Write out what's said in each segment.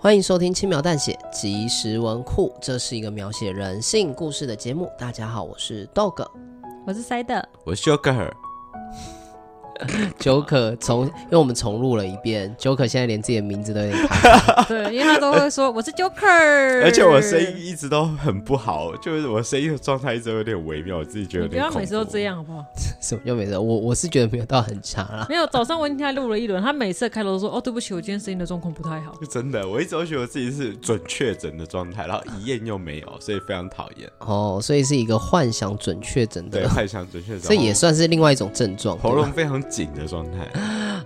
欢迎收听《轻描淡写即时文库》，这是一个描写人性故事的节目。大家好，我是 Dog 我是塞德，我是 Joker， Joker 重，因为我们重录了一遍，Joker 现在连自己的名字都有点卡。对，因为他都会说我是嗯 Joker，啊而且我声音，一直都很不好，就是我声音的状态一直有点微妙，我自己觉得你有不点要恐怖每次都这。样好不好？什么叫没事？我我是觉得没有到很啊差啦。没有，早上我已经给他录了一轮，他每次开头都说哦，对不起，我今天声音的状况不太好。真的，我一直都觉得我自己是准确诊的状态，然后一验又没有，所以非常讨 厌。 哦，所以是一个幻想准确诊对，的，太想准确诊，这也算是另外一种症状。喉对吧咙非常紧的状态。，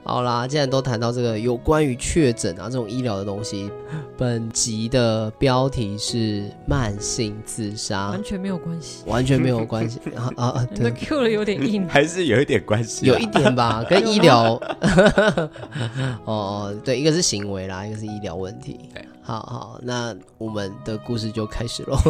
好啦，既然都谈到这个有关于确诊啊这种医疗的东西，本集的标题是慢性自杀完，全没有关系。完全没有关系啊啊啊！你的对， Q 的有点硬还是有一点关系啊，有一点 吧，跟医疗， 哦，对，一个是行为啦，一个是医疗问题对。好好，那我们的故事就开始喽。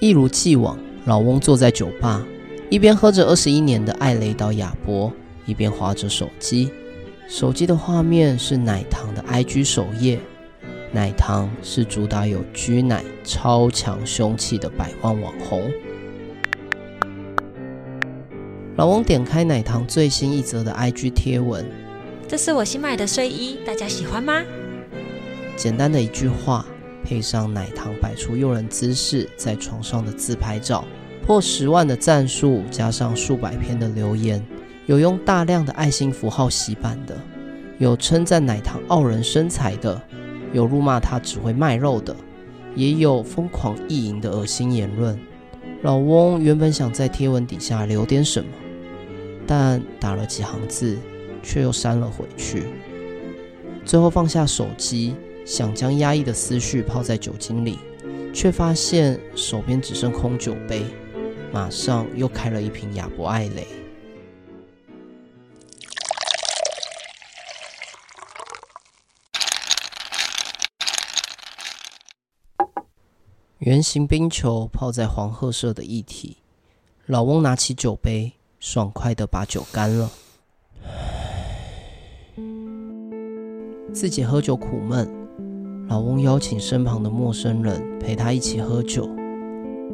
一如既往，老翁坐在酒吧，一边喝着二十一年的艾雷岛亚波，一边划着手机。手机的画面是奶糖的 IG 首页，奶糖是主打有 G 奶超强凶器的百万网红。老王点开奶糖最新一则的 IG 贴文，这是我新买的睡衣，大家喜欢吗？简单的一句话，配上奶糖摆出诱人姿势在床上的自拍照，破十万的赞数，加上数百篇的留言，有用大量的爱心符号洗版的，有称赞奶糖傲人身材的，有辱骂他只会卖肉的，也有疯狂意淫的恶心言论。老翁原本想在贴文底下留点什么，但打了几行字，却又删了回去。最后放下手机，想将压抑的思绪泡在酒精里，却发现手边只剩空酒杯，马上又开了一瓶亚伯艾雷。圆形冰球泡在黄褐色的液体，老翁拿起酒杯，爽快地把酒干了。自己喝酒苦闷，老翁邀请身旁的陌生人陪他一起喝酒。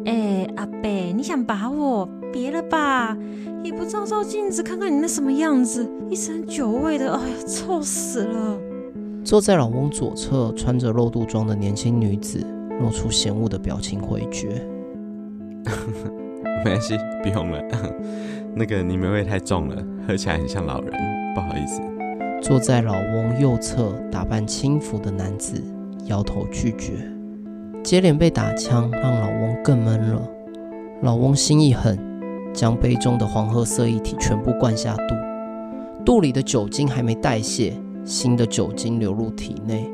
哎、阿贝，你想把我？别了吧，也不照照镜子看看你那什么样子，一身酒味的，哎呀，臭死了！坐在老翁左侧穿着露肚装的年轻女子露出嫌恶的表情回绝。没关系，不用了。 那个你们味太重了，喝起来很像老人，不好意思。坐在老翁右侧打扮轻浮的男子摇头拒绝。接连被打枪让老翁更闷了。老翁心一狠，将杯中的黄褐色液体全部灌下肚，肚里的酒精还没代谢，新的酒精流入体内。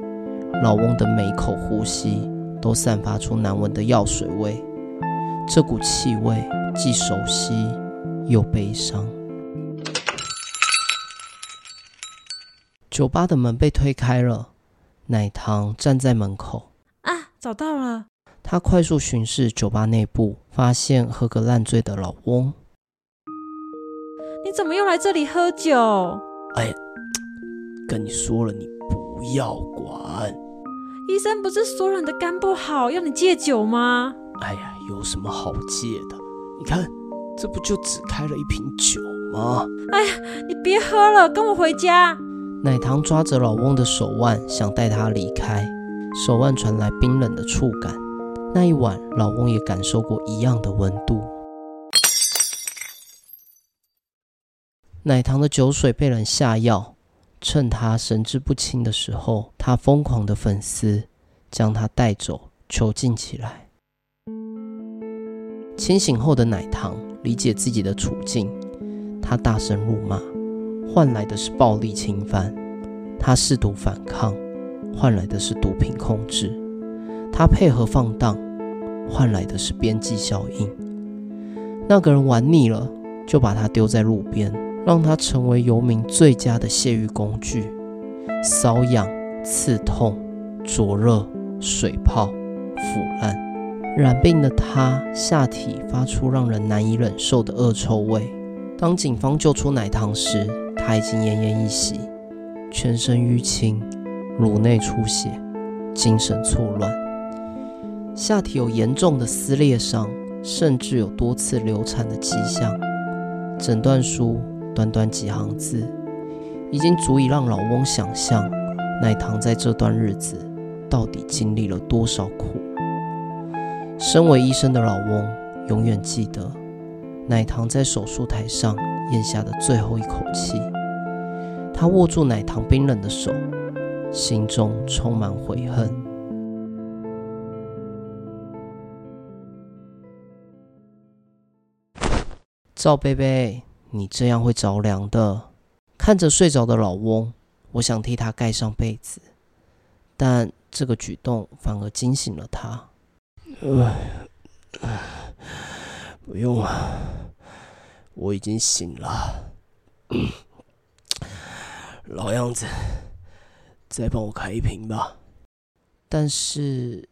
老翁的每口呼吸都散发出难闻的药水味，这股气味既熟悉又悲伤。酒吧的门被推开了，奶糖站在门口。啊，找到了，他快速巡视酒吧内部，发现喝个烂醉的老翁。你怎么又来这里喝酒？跟你说了，你不要管。医生不是说了你的肝不好，要你戒酒吗？哎呀，有什么好戒的？你看，这不就只开了一瓶酒吗？你别喝了，跟我回家。奶糖抓着老翁的手腕，想带他离开，手腕传来冰冷的触感。那一晚，老翁也感受过一样的温度。奶糖的酒水被人下药，趁他神志不清的时候，他疯狂的粉丝将他带走，囚禁起来。清醒后的奶糖理解自己的处境，他大声辱骂，换来的是暴力侵犯；他试图反抗，换来的是毒品控制；他配合放荡，换来的是边际效应。那个人玩腻了，就把他丢在路边，让他成为游民最佳的泄欲工具。瘙痒、刺痛、灼热、水泡、腐烂。染病的他下体发出让人难以忍受的恶臭味。当警方救出奶糖时，他已经奄奄一息，全身淤青，颅内出血，精神错乱，下体有严重的撕裂伤，甚至有多次流产的迹象。诊断书短短几行字，已经足以让老翁想象奶糖在这段日子到底经历了多少苦。身为医生的老翁永远记得奶糖在手术台上咽下的最后一口气。他握住奶糖冰冷的手，心中充满悔恨。赵贝贝，你这样会着凉的。看着睡着的老翁，我想替他盖上被子，但这个举动反而惊醒了他。不用了，啊我已经醒了。 老样子，再帮我开一瓶吧。但是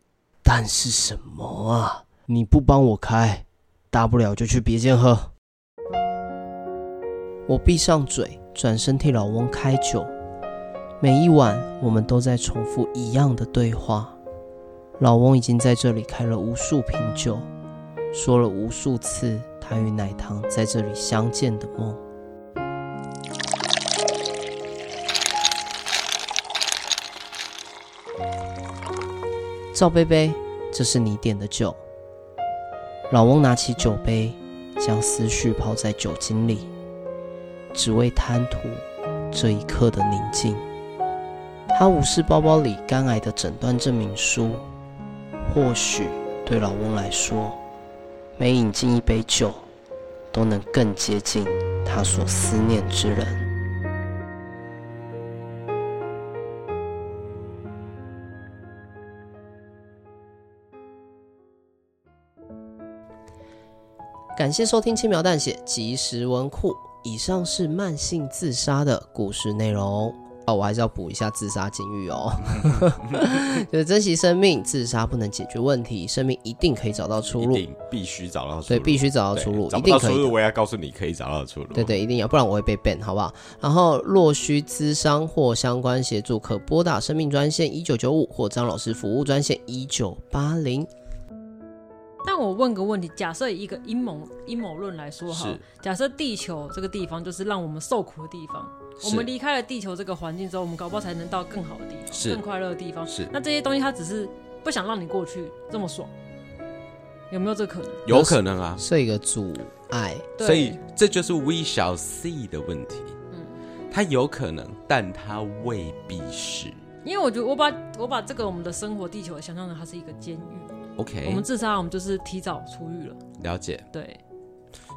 但是什么啊？你不帮我开，大不了就去别间喝。我闭上嘴，转身替老翁开酒。每一晚，我们都在重复一样的对话。老翁已经在这里开了无数瓶酒，说了无数次他与奶糖在这里相见的梦。赵贝贝，这是你点的酒。老翁拿起酒杯，将思绪泡在酒精里，只为贪图这一刻的宁静。他无视包包里肝癌的诊断证明书。或许对老翁来说，每饮进一杯酒，都能更接近他所思念之人。感谢收听《轻描淡写即时文库》。以上是慢性自杀的故事内容。啊，我还是要补一下自杀警语 哦，就是珍惜生命，自杀不能解决问题，生命一定可以找到出一路。定必须找到出对，路，必须找到对出路，找一不定到可出以路，的。我也要告诉你可以找到出路。对对，一定要，不然我会被 ban，好不好？然后若需咨商或相关协助，可拨打生命专线一九九五或张老师服务专线一九八零。但我问个问题，假设以一个阴谋阴谋论来说哈是，假设地球这个地方就是让我们受苦的地方，是我们离开了地球这个环境之后，我们搞不好才能到更好的地方，是更快乐的地方。是那这些东西它只是不想让你过去这么爽，有没有这可能？有可能啊，这个阻碍，对嗯所以这就是 we shall see 的问题。它有可能，但它未必是。因为我觉得我把我把这个我们的生活地球想象成它是一个监狱，我 OK，们自杀我们就是提早出狱了，了解。对，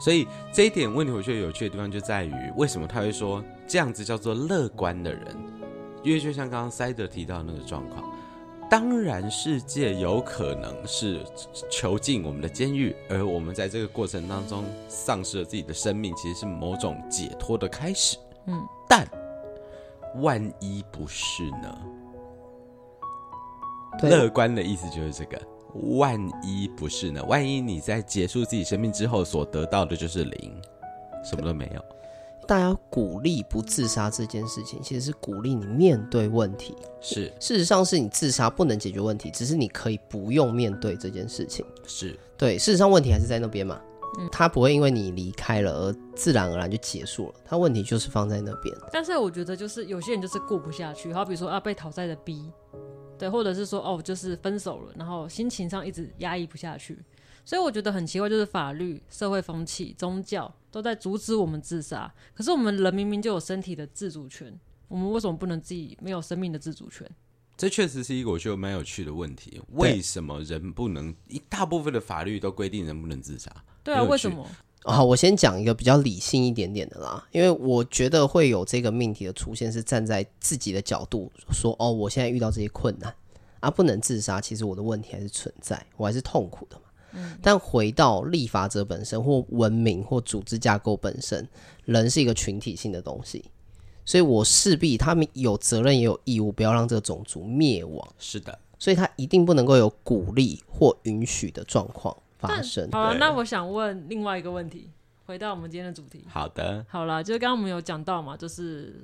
所以这一点问题，我觉得有趣的地方就在于，为什么他会说这样子叫做乐观的人？因为就像刚刚塞德提到那个状况，当然世界有可能是囚禁我们的监狱，而我们在这个过程当中丧失了自己的生命，其实是某种解脱的开始。嗯，但万一不是呢？对，乐观的意思就是这个。万一不是呢？万一你在结束自己生命之后所得到的就是零，什么都没有。大家鼓励不自杀这件事情，其实是鼓励你面对问题。是事实上，是你自杀不能解决问题，只是你可以不用面对这件事情。是，对，事实上问题还是在那边嘛，它不会因为你离开了而自然而然就结束了，它问题就是放在那边。但是我觉得就是有些人就是过不下去，好比说啊被讨债的逼，对，或者是说哦就是分手了，然后心情上一直压抑不下去，所以我觉得很奇怪，就是法律、社会风气、宗教都在阻止我们自杀，可是我们人明明就有身体的自主权，我们为什么不能自己没有生命的自主权？这确实是一个我觉得蛮有趣的问题。为什么人不能？一大部分的法律都规定人不能自杀。对啊，很有为趣什么？好，我先讲一个比较理性一点点的啦，因为我觉得会有这个命题的出现，是站在自己的角度说，哦，我现在遇到这些困难啊，不能自杀，其实我的问题还是存在，我还是痛苦的嘛。嗯但回到立法者本身，或文明，或组织架构本身，人是一个群体性的东西，所以我势必他们有责任也有义务，不要让这个种族灭亡，是的，所以他一定不能够有鼓励或允许的状况发但生。好了，对那我想问另外一个问题，回到我们今天的主题。好的，好啦，就是刚刚我们有讲到嘛，就是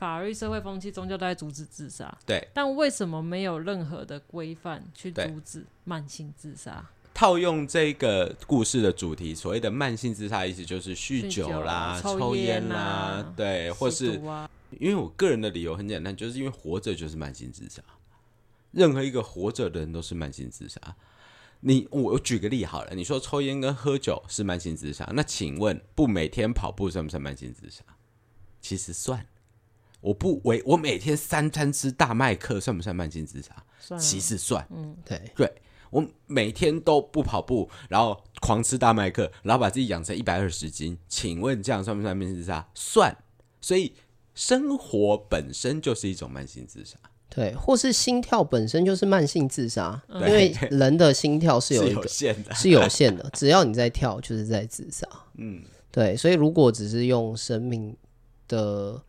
法律、社会风气、宗教都在阻止自杀，对，但为什么没有任何的规范去对阻止慢性自杀？套用这个故事的主题，所谓的慢性自杀，意思就是酗酗酒酒啦、啦抽抽烟啦，啦对，哎或吸是毒啊，因为我个人的理由很简单，就是因为活着就是慢性自杀，任何一个活着的人都是慢性自杀。你我我举个例好了，你说抽烟跟喝酒是慢性自杀，那请问不每天跑步算不算慢性自杀？其实算，我不为我每天三餐吃大麦克算不算慢性自杀？算了其实算，对。对我每天都不跑步，然后狂吃大麦克，然后把自己养成一百二十斤，请问这样算不算慢性自杀？算。所以生活本身就是一种慢性自杀，对，或是心跳本身就是慢性自杀，嗯因为 人的心跳是是有一有个限的。是有限的，只要你在跳就是在自杀。嗯，对，所以如果只是用生命的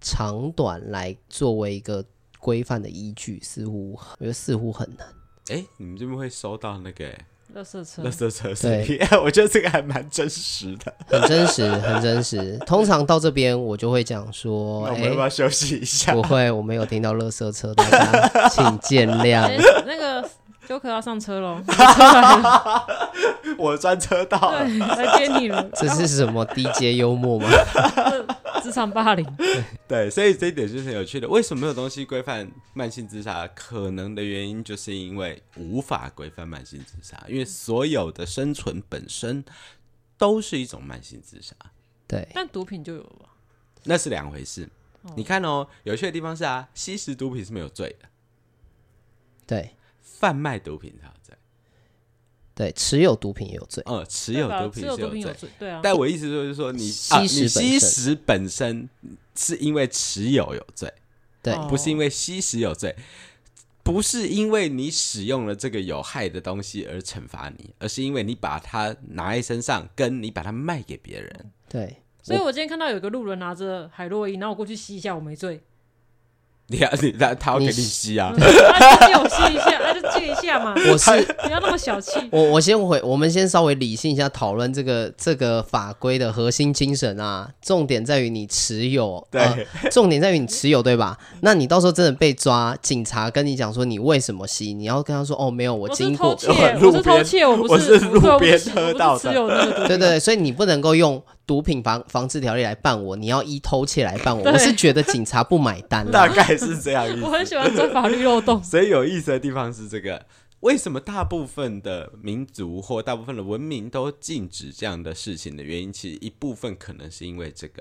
长短来作为一个规范的依据，似乎我觉得似乎很难。哎，你们这边会收到那个垃圾车垃。圾车声音， 我觉得这个还蛮真实的。很真实，很真实。通常到这边我就会讲说，那我哎、们要不要休息一 下不？会，我没有听到垃圾车，大家请见哎 谅。那个 Joker 要上车喽，我专车到了，对，来接你了。这是什么 DJ 幽默吗？职场霸凌，对，所以这一点就是很有趣的。为什么没有东西规范慢性自杀？可能的原因就是因为无法规范慢性自杀，因为所有的生存本身都是一种慢性自杀，对，但毒品就有了吧？那是两回事。你看哦，有趣的地方是啊，吸食毒品是没有罪的，对，贩卖毒品才有罪，对，持有毒品也有罪。呃，持有对吧毒只品有是毒品罪。罪，对啊，但我意思就是说你，啊，吸食你本吸身食本身是因为持有有罪，对哦不是因为吸食有罪，不是因为你使用了这个有害的东西而惩罚你，而是因为你把它拿在身上，跟你把它卖给别人。对， 所以我今天看到有个路人拿着海洛因，然后我过去吸一下，我没醉，你要你他他要给你你吸啊嗯，他借我吸一下，那就借一下嘛，我是不要那么小气。我，我先回，我们先稍微理性一下讨论这个这个法规的核心精神啊，重点在于你持有，呃 对，重点在于你持有对吧？那你到时候真的被抓，警察跟你讲说你为什么吸，你要跟他说哦，没有，我我经是过偷，窃，路我是偷边窃，我不我是不路对我不边是喝我不到是的持有那个毒 品，对对，对，所以你不能够用毒品防防治条例来办我，你要依偷窃来办我，对我是觉得警察不买单啦大概是这样意嗯 我思。。很喜欢钻法律漏洞所以有意思的地方是这个。为什么大部分的民族或大部分的文明都禁止这样的事情的原因，其实一部分可能是因为这个，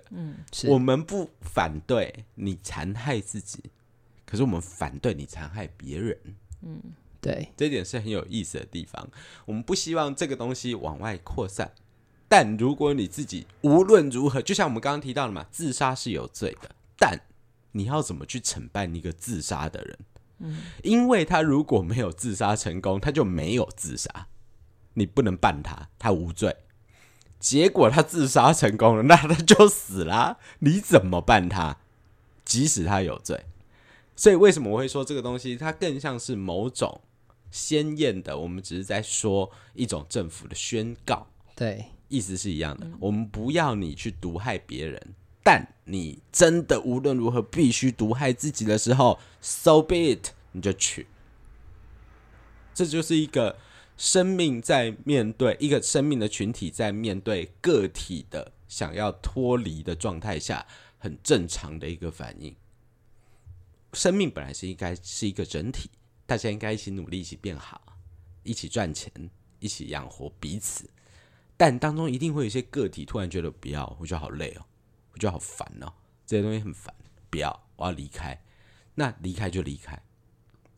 是我们不反对你残害自己，可是我们反对你残害别人。对这一点是很有意思的地方。我们不希望这个东西往外扩散，但如果你自己无论如何，就像我们刚刚提到的嘛，自杀是有罪的，但你要怎么去惩办一个自杀的人？因为他如果没有自杀成功，他就没有自杀，你不能办他，他无罪。结果他自杀成功了，那他就死啦，你怎么办他？即使他有罪，所以为什么我会说这个东西，它更像是某种鲜艳的，我们只是在说一种政府的宣告，对意思是一样的。我们不要你去毒害别人，但你真的无论如何必须毒害自己的时候，so be it，你就去。这就是一个生命在面对一个生命的群体在面对个体的想要脱离的状态下，很正常的一个反应。生命本来是应该是一个整体，大家应该一起努力，一起变好，一起赚钱，一起养活彼此，但当中一定会有一些个体突然觉得不要，我觉得好累哦，我觉得好烦哦，这些东西很烦，不要，我要离开。那离开就离开，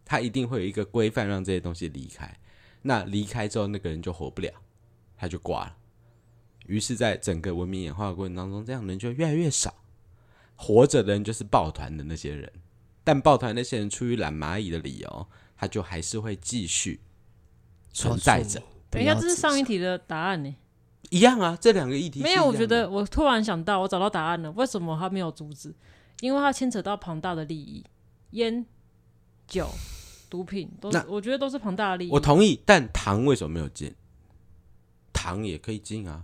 他一定会有一个规范让这些东西离开。那离开之后，那个人就活不了，他就挂了。于是，在整个文明演化的过程当中，这样的人就越来越少，活着的人就是抱团的那些人。但抱团那些人出于懒蚂蚁的理由，他就还是会继续存在着。等一下，这是上一题的答案呢、一样啊，这两个议题是没一有，样我觉的得我突然想到，我找到答案了。为什么他没有阻止？因为它牵扯到庞大的利益，烟、酒、毒品都是那，我觉得都是庞大的利益。我同意，但糖为什么没有进？糖也可以进啊，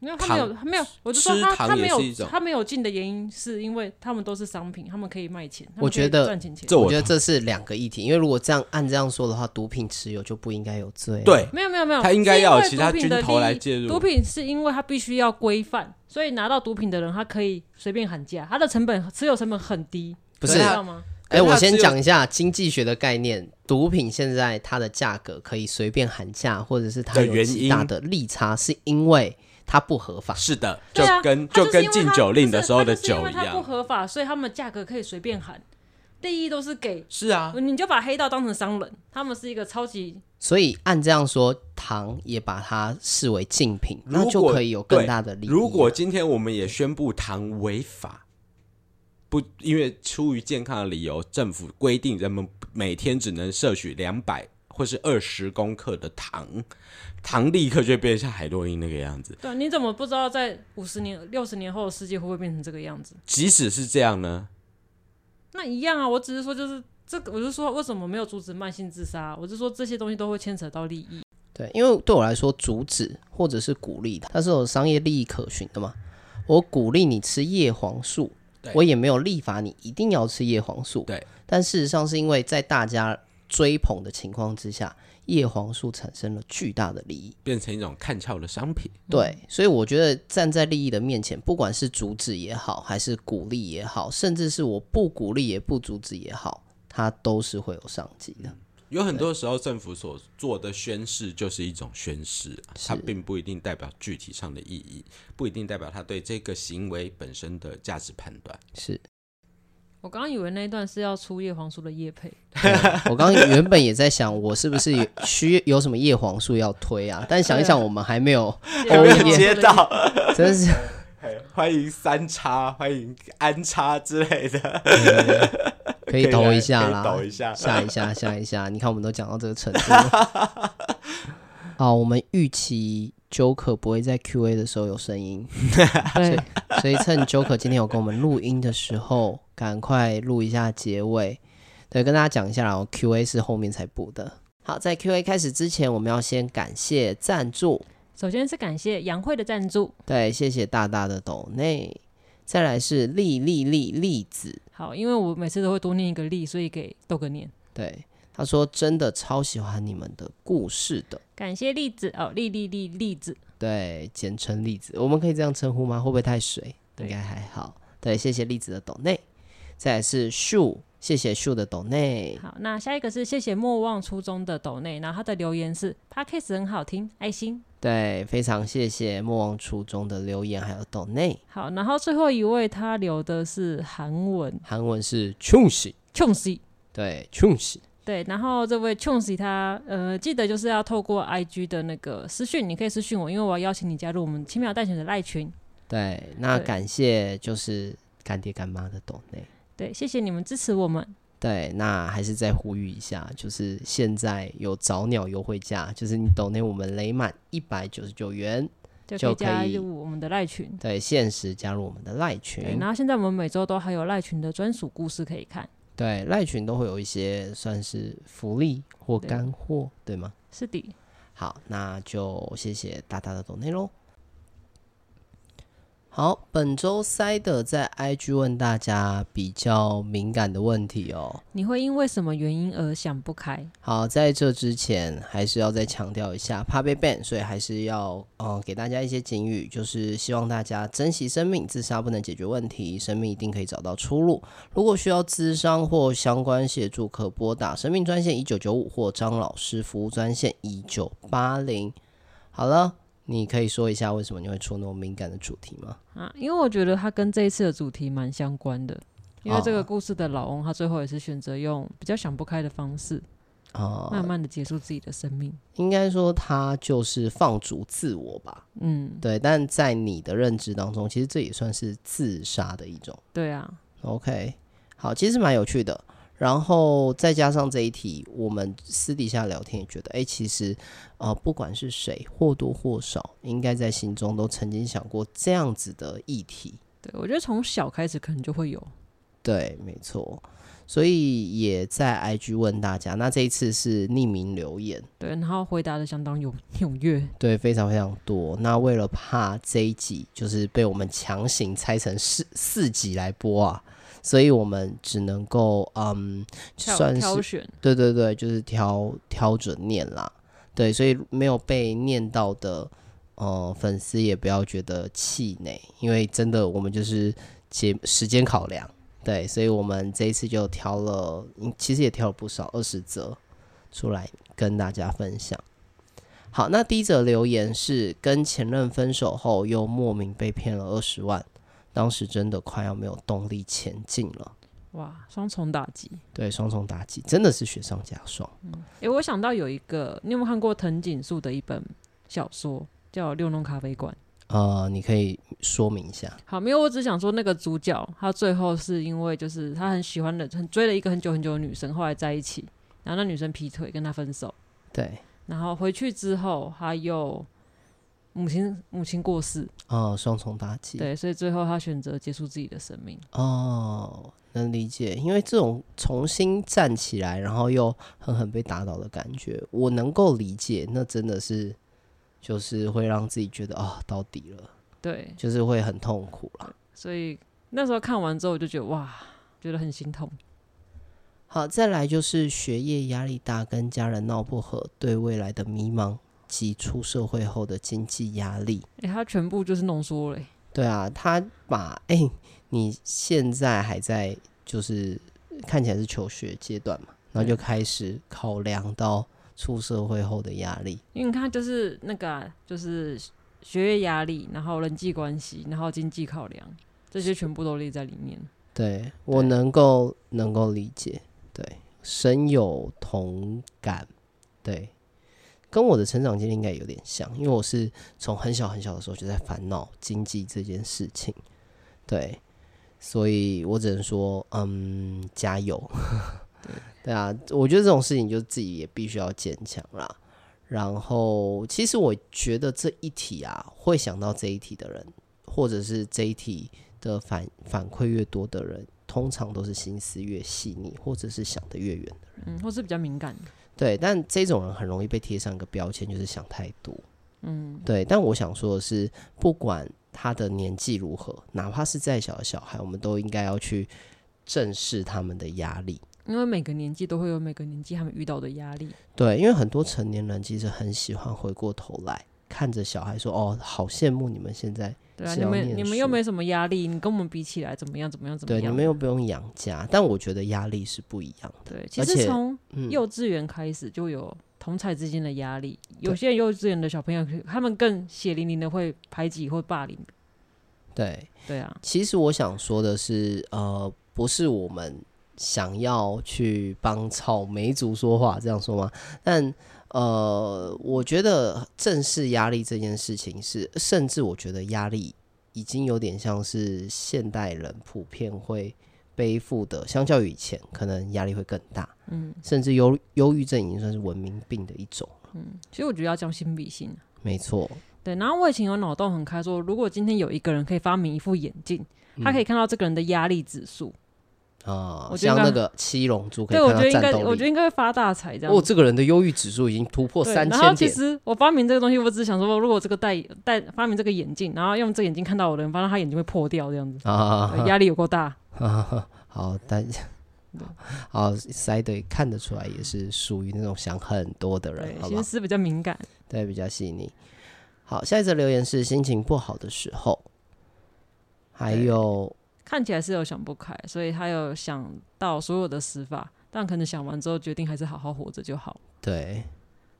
没有，他没有，糖他没有，我就说吃他糖他没也有是一种他没有进的原因，是因为他们都是商品，他们可以卖钱，他们我可以觉得赚钱钱。这我我觉得同这是两个议题，因为如果这样按这样说的话，毒品持有就不应该有罪、啊。对，没有没有没有，他应该是因要有为其毒他品军的头利来益介入毒品是因为它必须要规范，所以拿到毒品的人他可以随便喊价，他的成本持有成本很低，不你是知道吗？哎、啊可是它我先只有讲一下经济学的概念。毒品现在它的价格可以随便喊价，或者是它的有原极因大的利差，是因为它不合法。是的，对啊跟他就就是因跟为禁他酒不令是的时候他的就是因酒为一它不样，合法，所以他们价格可以随便喊，利益都是给，是啊，你就把黑道当成商人，他们是一个超级所以按这样说，糖也把它视为禁品，如果那就可以有更对大的利益啊。如果今天我们也宣布糖违法，不因为出于健康的理由，政府规定人们每天只能摄取两百或是二十公克的糖，糖立刻就会变得像海洛因那个样子。对啊，你怎么不知道在五十年、六十年后的世界会不会变成这个样子？即使是这样呢，那一样啊，我只是说就是这个，我就说为什么没有阻止慢性自杀？我就说这些东西都会牵扯到利益。对，因为对我来说，阻止或者是鼓励它，它是有商业利益可循的嘛。我鼓励你吃叶黄素对，我也没有立法你一定要吃叶黄素。对，但事实上是因为在大家追捧的情况之下，叶黄素产生了巨大的利益。变成一种看俏的商品。对，所以我觉得站在利益的面前，不管是阻止也好，还是鼓励也好，甚至是我不鼓励也不阻止也好，它都是会有商机嗯的。有很多时候，政府所做的宣誓就是一种宣誓啊，它是并不一定代表具体上的意义，不一定代表他对这个行为本身的价值判断。是我刚刚以为那一段是要出叶黄素的叶配，对 我刚刚原本也在想，我是不是有需有什么叶黄素要推啊？但想一想，我们还没有，我们也接到，真 是欢迎三叉，欢迎安叉之类的，可以抖一下可以啦，抖一下下一下，下一下。你看，我们都讲到这个程度 了。好，我们预期 Joker 不会在 Q&A 的时候有声音，对，所以趁 Joker 今天有跟我们录音的时候，赶快录一下结尾。对，跟大家讲一下啦，我 Q&A 是后面才补的。好，在 Q&A 开始之前，我们要先感谢赞助。首先是感谢杨慧的赞助。对，谢谢大大的抖内。再来是栗栗栗栗子，好，因为我每次都会多念一个力，所以给豆哥念。对，他说真的超喜欢你们的故事的，感谢栗子哦，栗栗栗栗子，对，简称栗子，我们可以这样称呼吗？会不会太水？应对该还好。对，谢谢栗子的抖内。再来是树，谢谢树的抖内，好，那下一个是谢谢莫忘初衷的斗内，然后他的留言是 p a d k a s 很好听，爱心。对，非常谢谢莫忘初衷的留言，还有抖内。好，然后最后一位他留的是韩文韩文是冲喜，琼西，对，冲喜，对，然后这位琼西他呃，记得就是要透过 IG 的那个私讯，你可以私讯我，因为我要邀请你加入我们轻描淡写的赖群。对，那对感谢就是干爹干妈的抖内。对，谢谢你们支持我们。对，那还是再呼吁一下，就是现在有早鸟优惠价，就是你抖内我们累满一百九十九元，就可就以可加以入我们的赖群。对，限时加入我们的赖群对，，然后现在我们每周都还有赖群的专属故事可以看。对，赖群都会有一些算是福利或对干货，对吗？是的，好，那就谢谢大大的抖内喽。好，本周塞德在 IG 问大家比较敏感的问题哦。你会因为什么原因而想不开？好，在这之前还是要再强调一下，怕被 ban，所以还是要呃给大家一些警语，就是希望大家珍惜生命，自杀不能解决问题，生命一定可以找到出路。如果需要咨商或相关协助，可拨打生命专线一九九五或张老师服务专线一九八零。好了，你可以说一下为什么你会出那么敏感的主题吗？啊，因为我觉得它跟这一次的主题蛮相关的，因为这哦个故事的老翁他最后也是选择用比较想不开的方式，哦、慢慢的结束自己的生命。应该说他就是放逐自我吧。嗯，对，但在你的认知当中，其实这也算是自杀的一种。对啊， OK，好，其实蛮有趣的。然后再加上这一题，我们私底下聊天也觉得，哎，其实，呃，不管是谁，或多或少应该在心中都曾经想过这样子的议题。对我觉得从小开始可能就会有。对，没错。所以也在 IG 问大家，那这一次是匿名留言。对，然后回答的相当踊踊跃，对，非常非常多。那为了怕这一集就是被我们强行拆成四四集来播啊，所以我们只能够嗯，挑算挑是选，对对对，就是挑挑着念啦。对，所以没有被念到的呃粉丝也不要觉得气馁，因为真的我们就是节时间考量。对，所以我们这一次就挑了，嗯其实也挑了不少，二十则出来跟大家分享。好，那第一则留言是跟前任分手后又莫名被骗了二十万，当时真的快要没有动力前进了。哇，双重打击。对，双重打击，真的是雪上加霜。诶，我想到有一个，你有没有看过藤井树的一本小说，叫《六弄咖啡馆》？呃，你可以说明一下。好，没有，我只想说那个主角，他最后是因为就是他很喜欢的，很追了一个很久很久的女生，后来在一起，然后那女生劈腿跟他分手，对，然后回去之后他又母亲母亲过世，哦，双重打击。，对，所以最后他选择结束自己的生命。哦，能理解，因为这种重新站起来，然后又狠狠被打倒的感觉，我能够理解。那真的是，就是会让自己觉得啊、到底了，对，就是会很痛苦啦。所以那时候看完之后我就觉得哇，觉得很心痛。好，再来就是学业压力大，跟家人闹不和，对未来的迷茫及出社会后的经济压力。诶，他全部就是浓缩了、诶对啊，他把哎、你现在还在就是看起来是求学阶段嘛，然后就开始考量到出社会后的压力。因为你看，就是那个啊、就是学业压力，然后人际关系，然后经济考量，这些全部都列在里面。对我对能够能够理解，对，深有同感，对，跟我的成长经历应该有点像，因为我是从很小很小的时候就在烦恼经济这件事情，对，所以我只能说，嗯，加油， 对啊，我觉得这种事情就自己也必须要坚强啦。然后，其实我觉得这一题啊，会想到这一题的人，或者是这一题的反反馈越多的人，通常都是心思越细腻，或者是想得越远的。嗯，或是比较敏感的。对，但这种人很容易被贴上一个标签，就是想太多。嗯，对，但我想说的是，不管他的年纪如何，哪怕是再小的小孩，我们都应该要去正视他们的压力。因为每个年纪都会有每个年纪他们遇到的压力。对，因为很多成年人其实很喜欢回过头来看着小孩说：“哦，好羡慕你们现在，对啊，是你要们念你们书又没什么压力，你跟我们比起来怎么样？怎么样？怎么对，样？啊你们又不用养家。”但我觉得压力是不一样的。对，其而实且从嗯，幼稚园开始就有同才之间的压力，有些幼稚园的小朋友他们更血淋淋的会排挤或霸凌。对。对啊，其实我想说的是，呃，不是我们想要去帮草莓族说话，这样说吗？但呃，我觉得正视压力这件事情是，甚至我觉得压力已经有点像是现代人普遍会背负的，相较于以前，可能压力会更大，嗯甚至忧忧郁症已经算是文明病的一种。嗯，其实我觉得要将心比心。没错，对，然后我以前有脑洞很嗯开说，如果今天有一个人可以发明一副眼镜，他可以看到这个人的压力指数，啊、我觉得像应该那个七龙珠可以对，我看到觉得应战该，斗我觉力。得应该会发大财这样。哦，这个人的忧郁指数已经突破对三然后千其点，实我发明这个东西，我只是想说，如果我这个戴戴发明这个眼镜，然后用这个眼镜看到我的人，发现他眼睛会破掉这样子，啊对压力有够大。 好，但 好塞德看得出来也是属于那种想很多的人对，，好吧心？思比较敏感。对，比较细腻。好，下一则留言是心情不好的时候，还对有看起来是有想不开，所以他有想到所有的死法，但可能想完之后决定还是好好活着就好。对，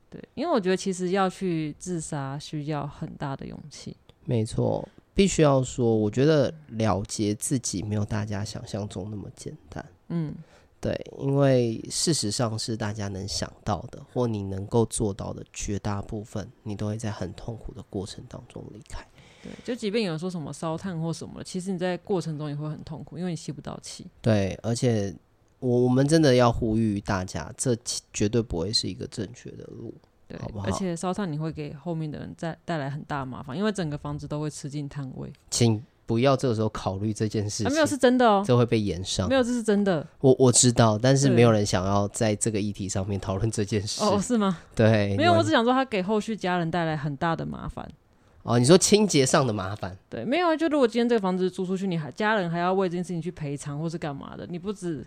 对，因为我觉得其实要去自杀需要很大的勇气。没错，必须要说，我觉得了结自己没有大家想象中那么简单。嗯，对，因为事实上是大家能想到的，或你能够做到的绝大部分，你都会在很痛苦的过程当中离开。对，就即便有人说什么烧炭或什么的，其实你在过程中也会很痛苦，因为你吸不到气。对，而且我我们真的要呼吁大家，这其绝对不会是一个正确的路。对，好不而好且烧炭你会给后面的人带带来很大麻烦，因为整个房子都会吃进炭味。请不要这个时候考虑这件事啊，情，没有是真的哦，这会被延上没。有这是真的哦我我知道，但是对没有人想要在这个议题上面讨论这件事。哦，是吗？对，没你有，我们只想说他给后续家人带来很大的麻烦。哦，你说清洁上的麻烦，对，没有啊，就如果今天这个房子租出去，你还家人还要为这件事情去赔偿或是干嘛的，你不止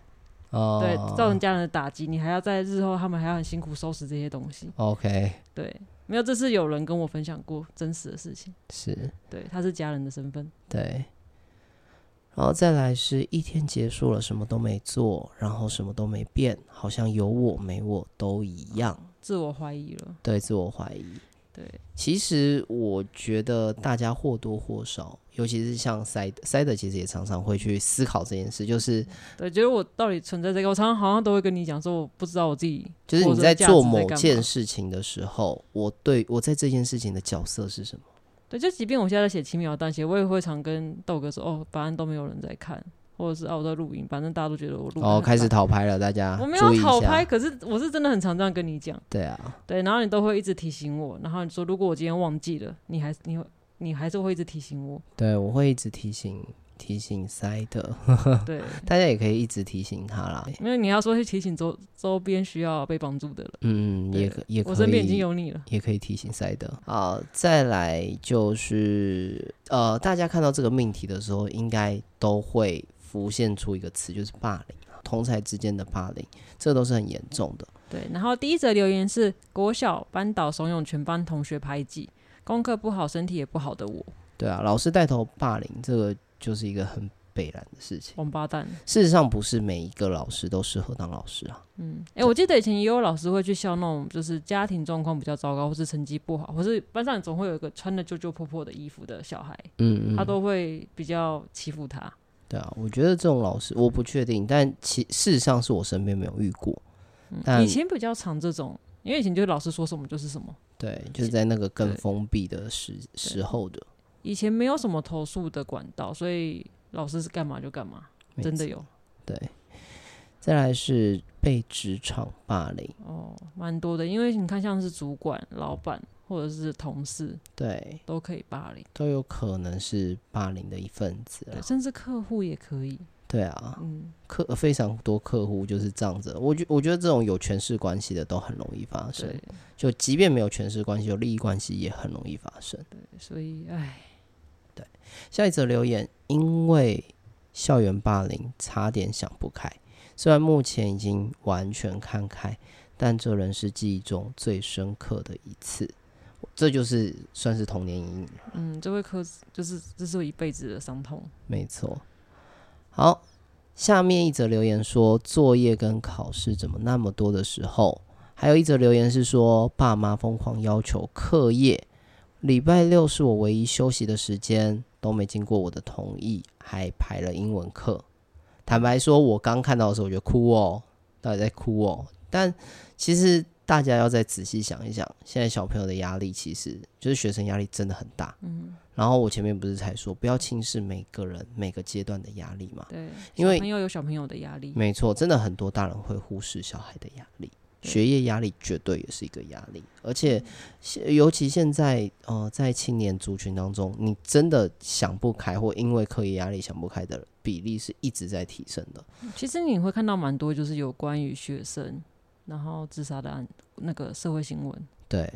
哦，对造成家人的打击，你还要在日后他们还要很辛苦收拾这些东西。 OK，对，没有，这是有人跟我分享过真实的事情。是对，他是家人的身份。对。然后再来是一天结束了，什么都没做，然后什么都没变，好像有我没我都一样，自我怀疑了，对自我怀疑。对，其实我觉得大家或多或少，尤其是像塞德塞德，其实也常常会去思考这件事，就是对，觉得我到底存在这个，我常常好像都会跟你讲说，我不知道我自己就是你活着的在价做值某干件嘛事情的时候，我对我在这件事情的角色是什么？对，就即便我现在在写轻描淡写，我也会常跟豆哥说，哦，反正都没有人在看，或者是哦我在录影，反正大家都觉得我录。哦，开始。讨拍了，大家我没注有意一讨下拍，，可是我是真的很常这样跟你讲，对啊，对，然后你都会一直提醒我，然后你说如果我今天忘记了，你还你会你还是会一直提醒我，对我会一直提醒提醒塞德， 对，大家也可以一直提醒他啦。因为你要说去提醒周周边需要被帮助的人，嗯，也对可也可以，我身边已经有你了，也可以提醒塞德。好，再来就是呃，大家看到这个命题的时候，应该都会浮现出一个词，就是霸凌啊，同才之间的霸凌，这都是很严重的。对。然后第一则留言是国小班导怂恿全班同学排挤，功课不好、身体也不好的我，对啊，老师带头霸凌，这个就是一个很北然的事情。王八蛋。事实上，不是每一个老师都适合当老师啊。嗯，哎、我记得以前也有老师会去笑那种，就是家庭状况比较糟糕，或是成绩不好，或是班上总会有一个穿的旧旧破破的衣服的小孩，嗯嗯，他都会比较欺负他。对啊，我觉得这种老师我不确定，但其事实上是我身边没有遇过。但嗯以前比较常这种，因为以前就是老师说什么就是什么，对，就是在那个更封闭的时时候的，以前没有什么投诉的管道，所以老师是干嘛就干嘛，没真的错有对，再来是被职场霸凌，哦，蛮多的。因为你看，像是主管、老板或者是同事对，都可以霸凌，都有可能是霸凌的一份子对，啊。甚至客户也可以。对啊，嗯，客非常多客户就是这样子。我觉我觉得这种有权势关系的都很容易发生对，，就即便没有权势关系，有利益关系也很容易发生。所以哎，下一则留言，因为校园霸凌差点想不开，虽然目前已经完全看开，但这仍是记忆中最深刻的一次。这就是算是童年阴影，嗯，这位科就是这是我一辈子的伤痛。没错。好，下面一则留言说作业跟考试怎么那么多的时候，还有一则留言是说爸妈疯狂要求课业，礼拜六是我唯一休息的时间，都没经过我的同意，还排了英文课。坦白说，我刚看到的时候我就哭哦，到底在哭哦。但其实大家要再仔细想一想，现在小朋友的压力其实就是学生压力真的很大。嗯，然后我前面不是才说不要轻视每个人每个阶段的压力嘛？对，因为小朋友有小朋友的压力，没错，真的很多大人会忽视小孩的压力。学业压力绝对也是一个压力，而且现尤其现在呃，在青年族群当中，你真的想不开或因为课业压力想不开的比例是一直在提升的。其实你会看到蛮多，就是有关于学生然后自杀的案，那个社会新闻。对，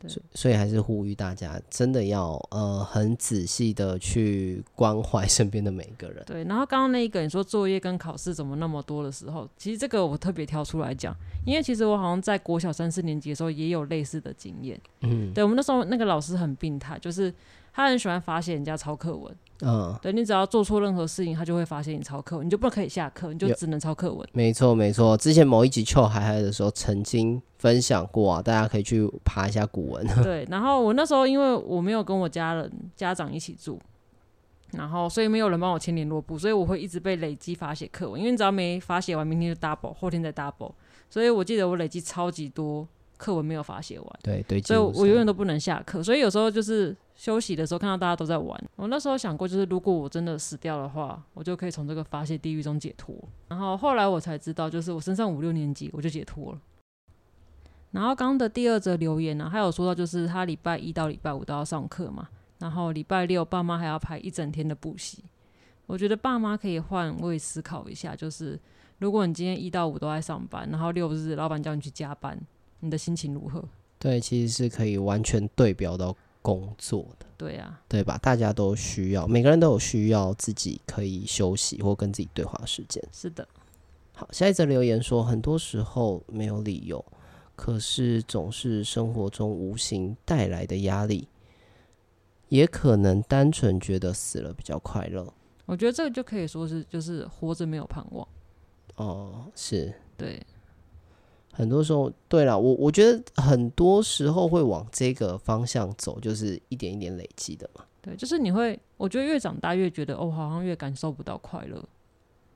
对所以所以还是呼吁大家，真的要呃很仔细的去关怀身边的每一个人。对，然后刚刚那一个你说作业跟考试怎么那么多的时候，其实这个我特别挑出来讲，因为其实我好像在国小三四年级的时候也有类似的经验。嗯对我们那时候那个老师很病态，就是他很喜欢罚写人家抄课文，嗯，对你只要做错任何事情，他就会罚写你抄课文，你就不可以下课，你就有只能抄课文。没错没错。之前某一集秋海海的时候曾经分享过啊，大家可以去爬一下古文。 对，然后我那时候因为我没有跟我家人家长一起住，然后所以没有人帮我签联络簿，所以我会一直被累积罚写课文，因为你只要没罚写完，明天就 double，后天再 double，所以我记得我累积超级多课文没有罚写完，对对，所以我永有远都不能下课，所以有时候就是休息的时候看到大家都在玩，我那时候想过，就是如果我真的死掉的话，我就可以从这个发泄地狱中解脱。然后后来我才知道，就是我升上五六年级我就解脱了。然后刚刚的第二则留言呢、还有说到就是他礼拜一到礼拜五都要上课嘛，然后礼拜六爸妈还要排一整天的补习。我觉得爸妈可以换位思考一下，就是如果你今天一到五都在上班，然后六日老板叫你去加班，你的心情如何？对，其实是可以完全对标到工作的，对啊，对吧？大家都需要，每个人都有需要自己可以休息或跟自己对话的时间。是的，好，下一则留言说，很多时候没有理由，可是总是生活中无形带来的压力，也可能单纯觉得死了比较快乐。我觉得这个就可以说是就是活着没有盼望。哦，是，对，很多时候，对了，我我觉得很多时候会往这个方向走，就是一点一点累积的嘛。对，就是你会，我觉得越长大越觉得哦，好像越感受不到快乐。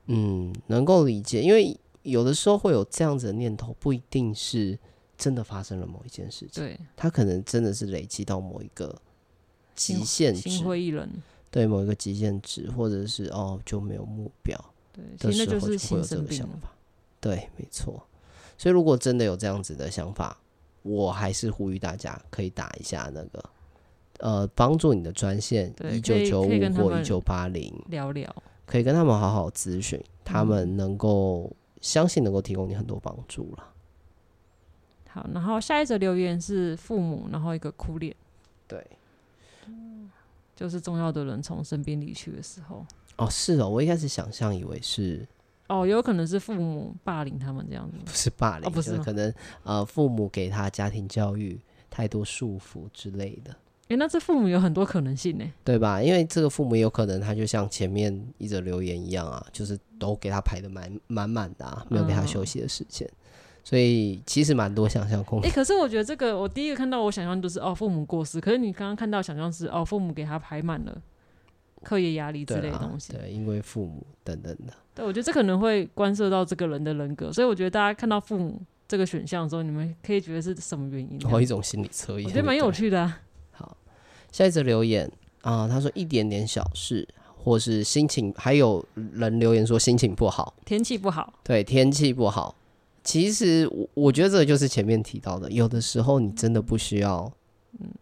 嗯，能够理解，因为有的时候会有这样子的念头，不一定是真的发生了某一件事情，对，它可能真的是累积到某一个心极限值心，灰意冷。对某一个极限值，或者是哦就没有目标对，的其实时候，那是会有心这生个病想了。法。对，没错。所以如果真的有这样子的想法，我还是呼吁大家可以打一下那个呃帮助你的专线一对可九以九五可以跟他或一们九八零，聊聊，可以跟他们好好咨询，他嗯们能够相信能够提供你很多帮助啦。好，然后下一则留言是父母，然后一个哭脸，对，就是重要的人从身边离去的时候，哦，是哦，我一开始想象以为是哦，有可能是父母霸凌他们这样子吗不。是霸凌，哦不就是吗可能呃父母给他家庭教育太多束缚之类的，诶，那这父母有很多可能性呢。对吧？因为这个父母有可能他就像前面一则留言一样啊，就是都给他排的满满满的、啊，没有给他嗯休息的时间，所以其实蛮多想象空诶，间。可是我觉得这个，我第一个看到我想象就是哦，父母过世。可是你刚刚看到想象是哦，父母给他排满了课业压力之对类的啦东，西。啊对，因为父母等等的，对，我觉得这可能会关涉到这个人的人格，所以我觉得大家看到父母这个选项的时候，你们可以觉得是什么原因这样？然后一种心理测验，我觉得蛮有趣的、啊。好，下一则留言啊、他说一点点小事，或是心情，还有人留言说心情不好，天气不好，对，天气不好。其实我我觉得这个就是前面提到的，有的时候你真的不需要，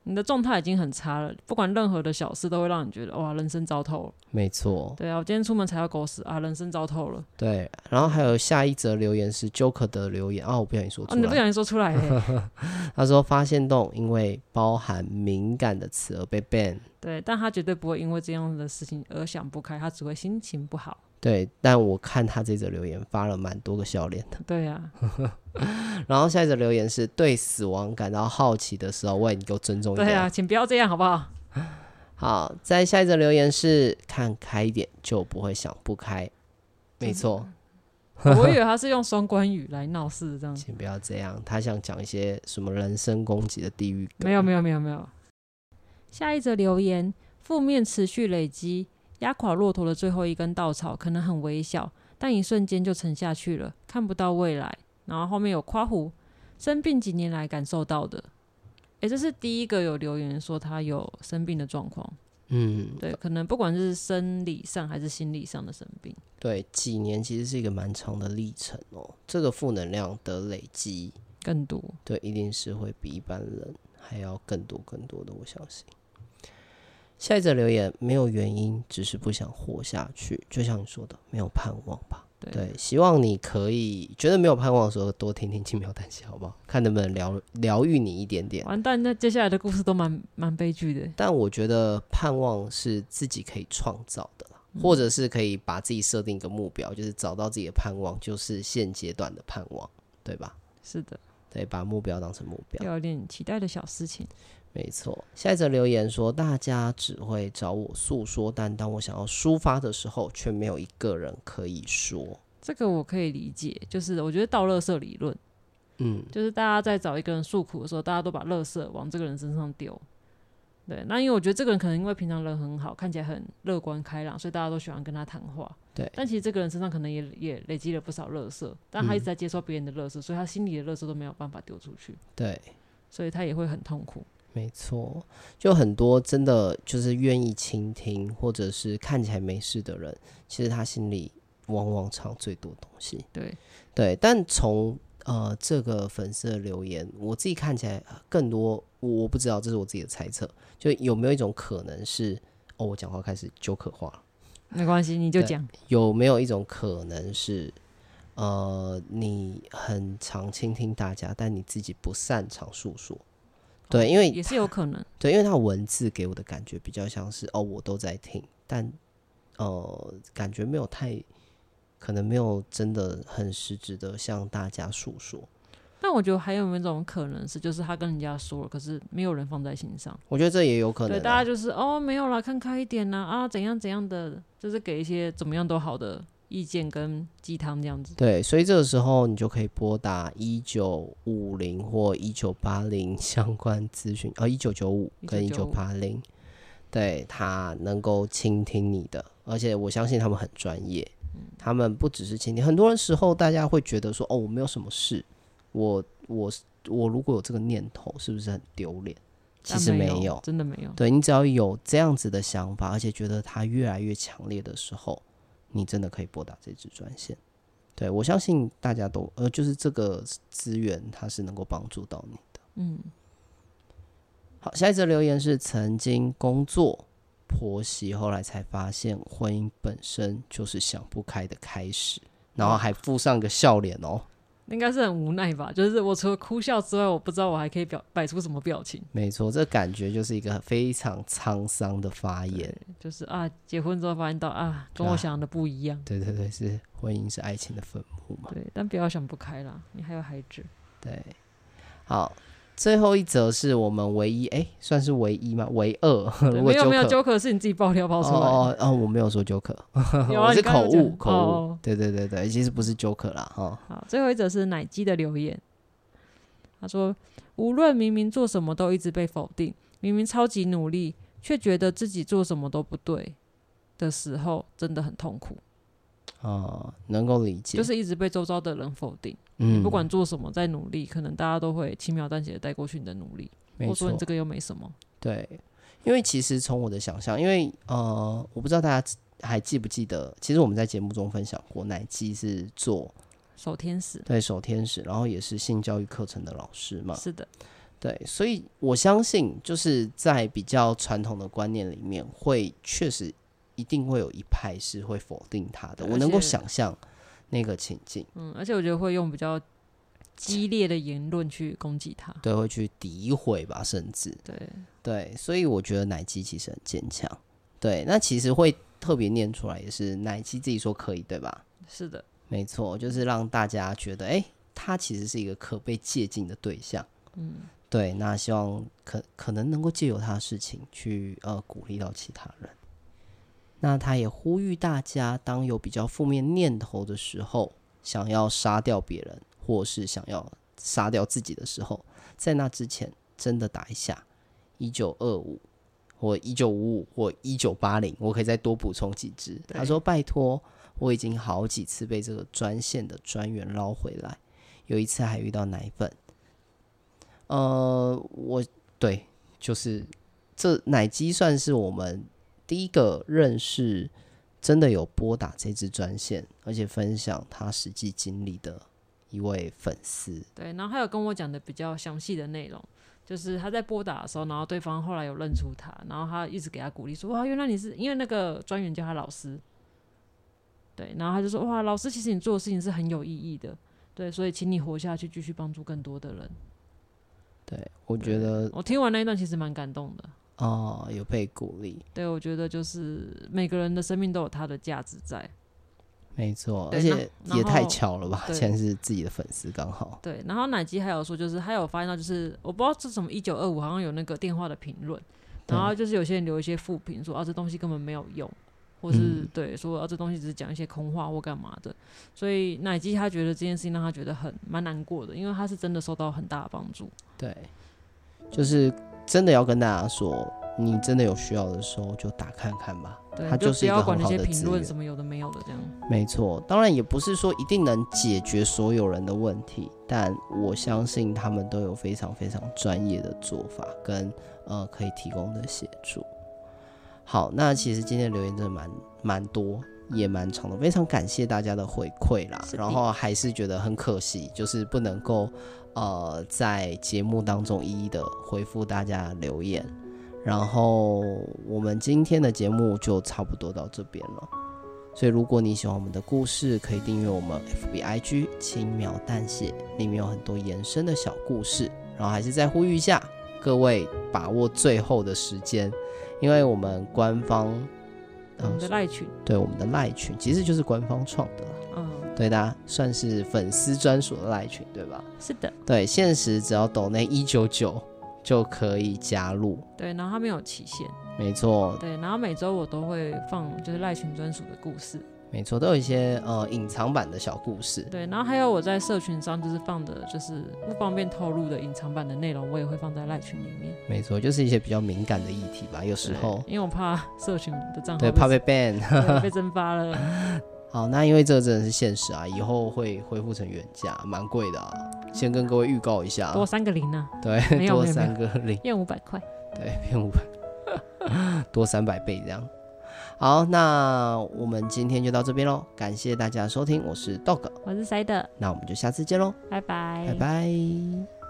你的状态已经很差了，不管任何的小事都会让你觉得哇，人生糟透了。没错，对啊，我今天出门踩到狗屎啊，人生糟透了。对。然后还有下一则留言是 Joker 的留言啊，我不小心说哦，出你不来，小心说出来、 欸，他说发现洞因为包含敏感的词而被 ban，对，但他绝对不会因为这样的事情而想不开，他只会心情 不好。对。但我看他这则留言发了蛮多个笑脸的。对啊，然后下一则留言是对死亡感到好奇的时候，喂，你给我尊重一点。对啊，请不要这样好不好？ 好，再下一则留言是看开一点就不会想不开，没错， 我以为他是用双关语来闹事这样。请不要这样。他想讲一些什么人身攻击的地狱梗，没有没有没有没有。下一则留言：负面持续累积，压垮骆驼的最后一根稻草可能很微小，但一瞬间就沉下去了，看不到未来。然后后面有夸胡，生病几年来感受到的。诶，这是第一个有留言说他有生病的 状况，嗯，对，可能不管是生理上还是心理上的生病，对，几年其实是一个蛮长的历程哦。这个负能量的累积更多。对，一定是会比一般人还要更多更多的，我相信。下一则留言没有原因，只是不想活下去，就像你说的，没有盼望吧？对对，希望你可以觉得没有盼望的时候，多听听轻描淡写，好不好？看能不能疗疗愈你一点点。完蛋，那接下来的故事都蛮蛮悲剧的。但我觉得盼望是自己可以创造的啦，嗯或者是可以把自己设定一个目标，就是找到自己的盼望，就是现阶段的盼望，对吧？是的，对，把目标当成目标。要有点期待的小事情。没错，下一则留言说，大家只会找我诉说，但当我想要抒发的时候，却没有一个人可以说。这个我可以理解，就是我觉得倒垃圾理论，嗯，就是大家在找一个人诉苦的时候，大家都把垃圾往这个人身上丢。对，那因为我觉得这个人可能因为平常人很好，看起来很乐观开朗，所以大家都喜欢跟他谈话。对但其实这个人身上可能也也累积了不少垃圾，但他一直在接受别人的垃圾，所以他心里的垃圾都没有办法丢出去，对，所以他也会很痛苦。没错，就很多真的就是愿意倾听，或者是看起来没事的人，其实他心里往往藏最多东西。对，对，但从呃这个粉丝的留言，我自己看起来呃更多，我我不知道，这是我自己的猜测，就有没有一种可能是，哦，我讲话开始纠可化了，没关系，你就对讲。有没有一种可能是，呃，你很常倾听大家，但你自己不擅长诉说，对，因为哦也是有可能。对，因为他文字给我的感觉比较像是哦，我都在听，但呃，感觉没有太，可能没有真的很实质的向大家诉说。但我觉得还有一种可能是，就是他跟人家说了，可是没有人放在心上。我觉得这也有可能、对，啊，大家就是哦，没有啦，看开一点啦，啊，怎样怎样的，就是给一些怎么样都好的意见跟鸡汤这样子。对，所以这个时候你就可以拨打一九五零或一九八零相关咨询，呃，一九九五跟一九八零，对他能够倾听你的，而且我相信他们很专业，他们不只是倾听，很多时候大家会觉得说，哦，我没有什么事，我我我如果有这个念头，是不是很丢脸？其但实没没有，真的没有。对你只要有这样子的想法，而且觉得它越来越强烈的时候，你真的可以拨打这支专线。对我相信大家都呃，就是这个资源它是能够帮助到你的。嗯，好，下一则留言是曾经工作婆媳，后来才发现婚姻本身就是想不开的开始，然后还附上一个笑脸哦。应该是很无奈吧。就是我除了哭笑之外，我不知道我还可以表摆出什么表情。没错，这感觉就是一个非常沧桑的发言对。，就是啊，结婚之后发现到啊，跟对啊我想的不一样。对对对，是婚姻是爱情的坟墓嘛？对，但不要想不开啦，你还有孩子。对，好，最后一则是我们唯一，哎、算是唯一吗？唯二，对 如果没有没有 Joker- Joker 是你自己爆料爆出来的。哦哦哦，我没有说 Joker，有啊我是你刚刚口有误讲口误，哦对对对对，其实不是 Joker 啦，哈、好，最后一则是奶鸡的留言，他说：“无论明明做什么都一直被否定，明明超级努力，却觉得自己做什么都不对的时候，真的很痛苦，哦，能够理解，就是一直被周遭的人否定。嗯不管做什么，再努力，可能大家都会轻描淡写的带过去你的努力，没或说错你，这个又没什么。对，因为其实从我的想象，因为呃，我不知道大家还记不记得，其实我们在节目中分享过，奶鸡是做守天使对守天使，然后也是性教育课程的老师嘛，是的，对，所以我相信，就是在比较传统的观念里面，会确实一定会有一派是会否定他的。对我而能够且想象那个情境，嗯，而且我觉得会用比较激烈的言论去攻击他。对，会去诋毁吧，甚至对，对，所以我觉得奶鸡其实很坚强。对，那其实会特别念出来，也是奶鸡自己说可以，对吧？是的，没错，就是让大家觉得，哎，他其实是一个可被借鉴的对象。嗯，对，那希望可可能能够借由他的事情去呃鼓励到其他人。那他也呼吁大家，当有比较负面念头的时候，想要杀掉别人或是想要杀掉自己的时候，在那之前真的打一下一九二五或一九五五或一九八零，我可以再多补充几支。他对说：“拜托，我已经好几次被这个专线的专员捞回来，有一次还遇到奶粉。呃，我对，就是这奶鸡算是我们第一个认识，真的有拨打这支专线，而且分享他实际经历的一位粉丝。对，然后他有跟我讲的比较详细的内容，就是他在拨打的时候，然后对方后来有认出他，然后他一直给他鼓励说：“哇，原来你是因为那个专员叫他老师。”对，然后他就说：“哇，老师，其实你做的事情是很有意义的，对，所以请你活下去，继续帮助更多的人。对，我觉得”我听完那一段其实蛮感动的。哦，有被鼓励，对，我觉得就是每个人的生命都有它的价值在。没错，对而且那也然后太巧了吧，对现在是自己的粉丝刚好。对，然后奶鸡还有说，就是他有发现到，就是我不知道是什么一九二五，好像有那个电话的评论，对然后就是有些人留一些负评，说啊这东西根本没有用，或是、嗯对说啊这东西只是讲一些空话或干嘛的，所以奶鸡他觉得这件事情让他觉得很蛮难过的，因为他是真的受到很大的帮助。对，就是真的要跟大家说，你真的有需要的时候就打看看吧，对，它你就是不一个要管很那好些的评资论源。什么有的没有的这样。没错，当然也不是说一定能解决所有人的问题，但我相信他们都有非常非常专业的做法跟呃可以提供的协助。好，那其实今天的留言真的蛮蛮多，也蛮长的，非常感谢大家的回馈啦。是的然后还是觉得很可惜，就是不能够呃在节目当中一一的回复大家的留言。然后我们今天的节目就差不多到这边了。所以如果你喜欢我们的故事，可以订阅我们 FBIG 轻描淡写，里面有很多延伸的小故事。然后还是再呼吁一下各位，把握最后的时间，因为我们官方，呃我们的嗯赖群，对我们的赖群其实就是官方创的啦，嗯，对大家算是粉丝专属的赖群，对吧？是的，对，限时只要抖内一九九就可以加入，对，然后他没有期限，没错，对，然后每周我都会放就是赖群专属的故事，没错，都有一些呃隐藏版的小故事，对，然后还有我在社群上就是放的，就是不方便透露的隐藏版的内容，我也会放在赖群里面。没错，就是一些比较敏感的议题吧，有时对候因为我怕 社群的哦账号对怕被 ban。对被蒸发了， 好，那因为这个真的是现实啊，以后会恢复成原价，蛮贵的啊。先跟各位预告一下，啊多三个零呢、没对，多有 没有三个零， 要五百块。对，变五百， 多三百倍这样。好，那我们今天就到这边喽，感谢大家的收听，我是 Dog，我是塞的，那我们就下次见喽，拜拜，拜拜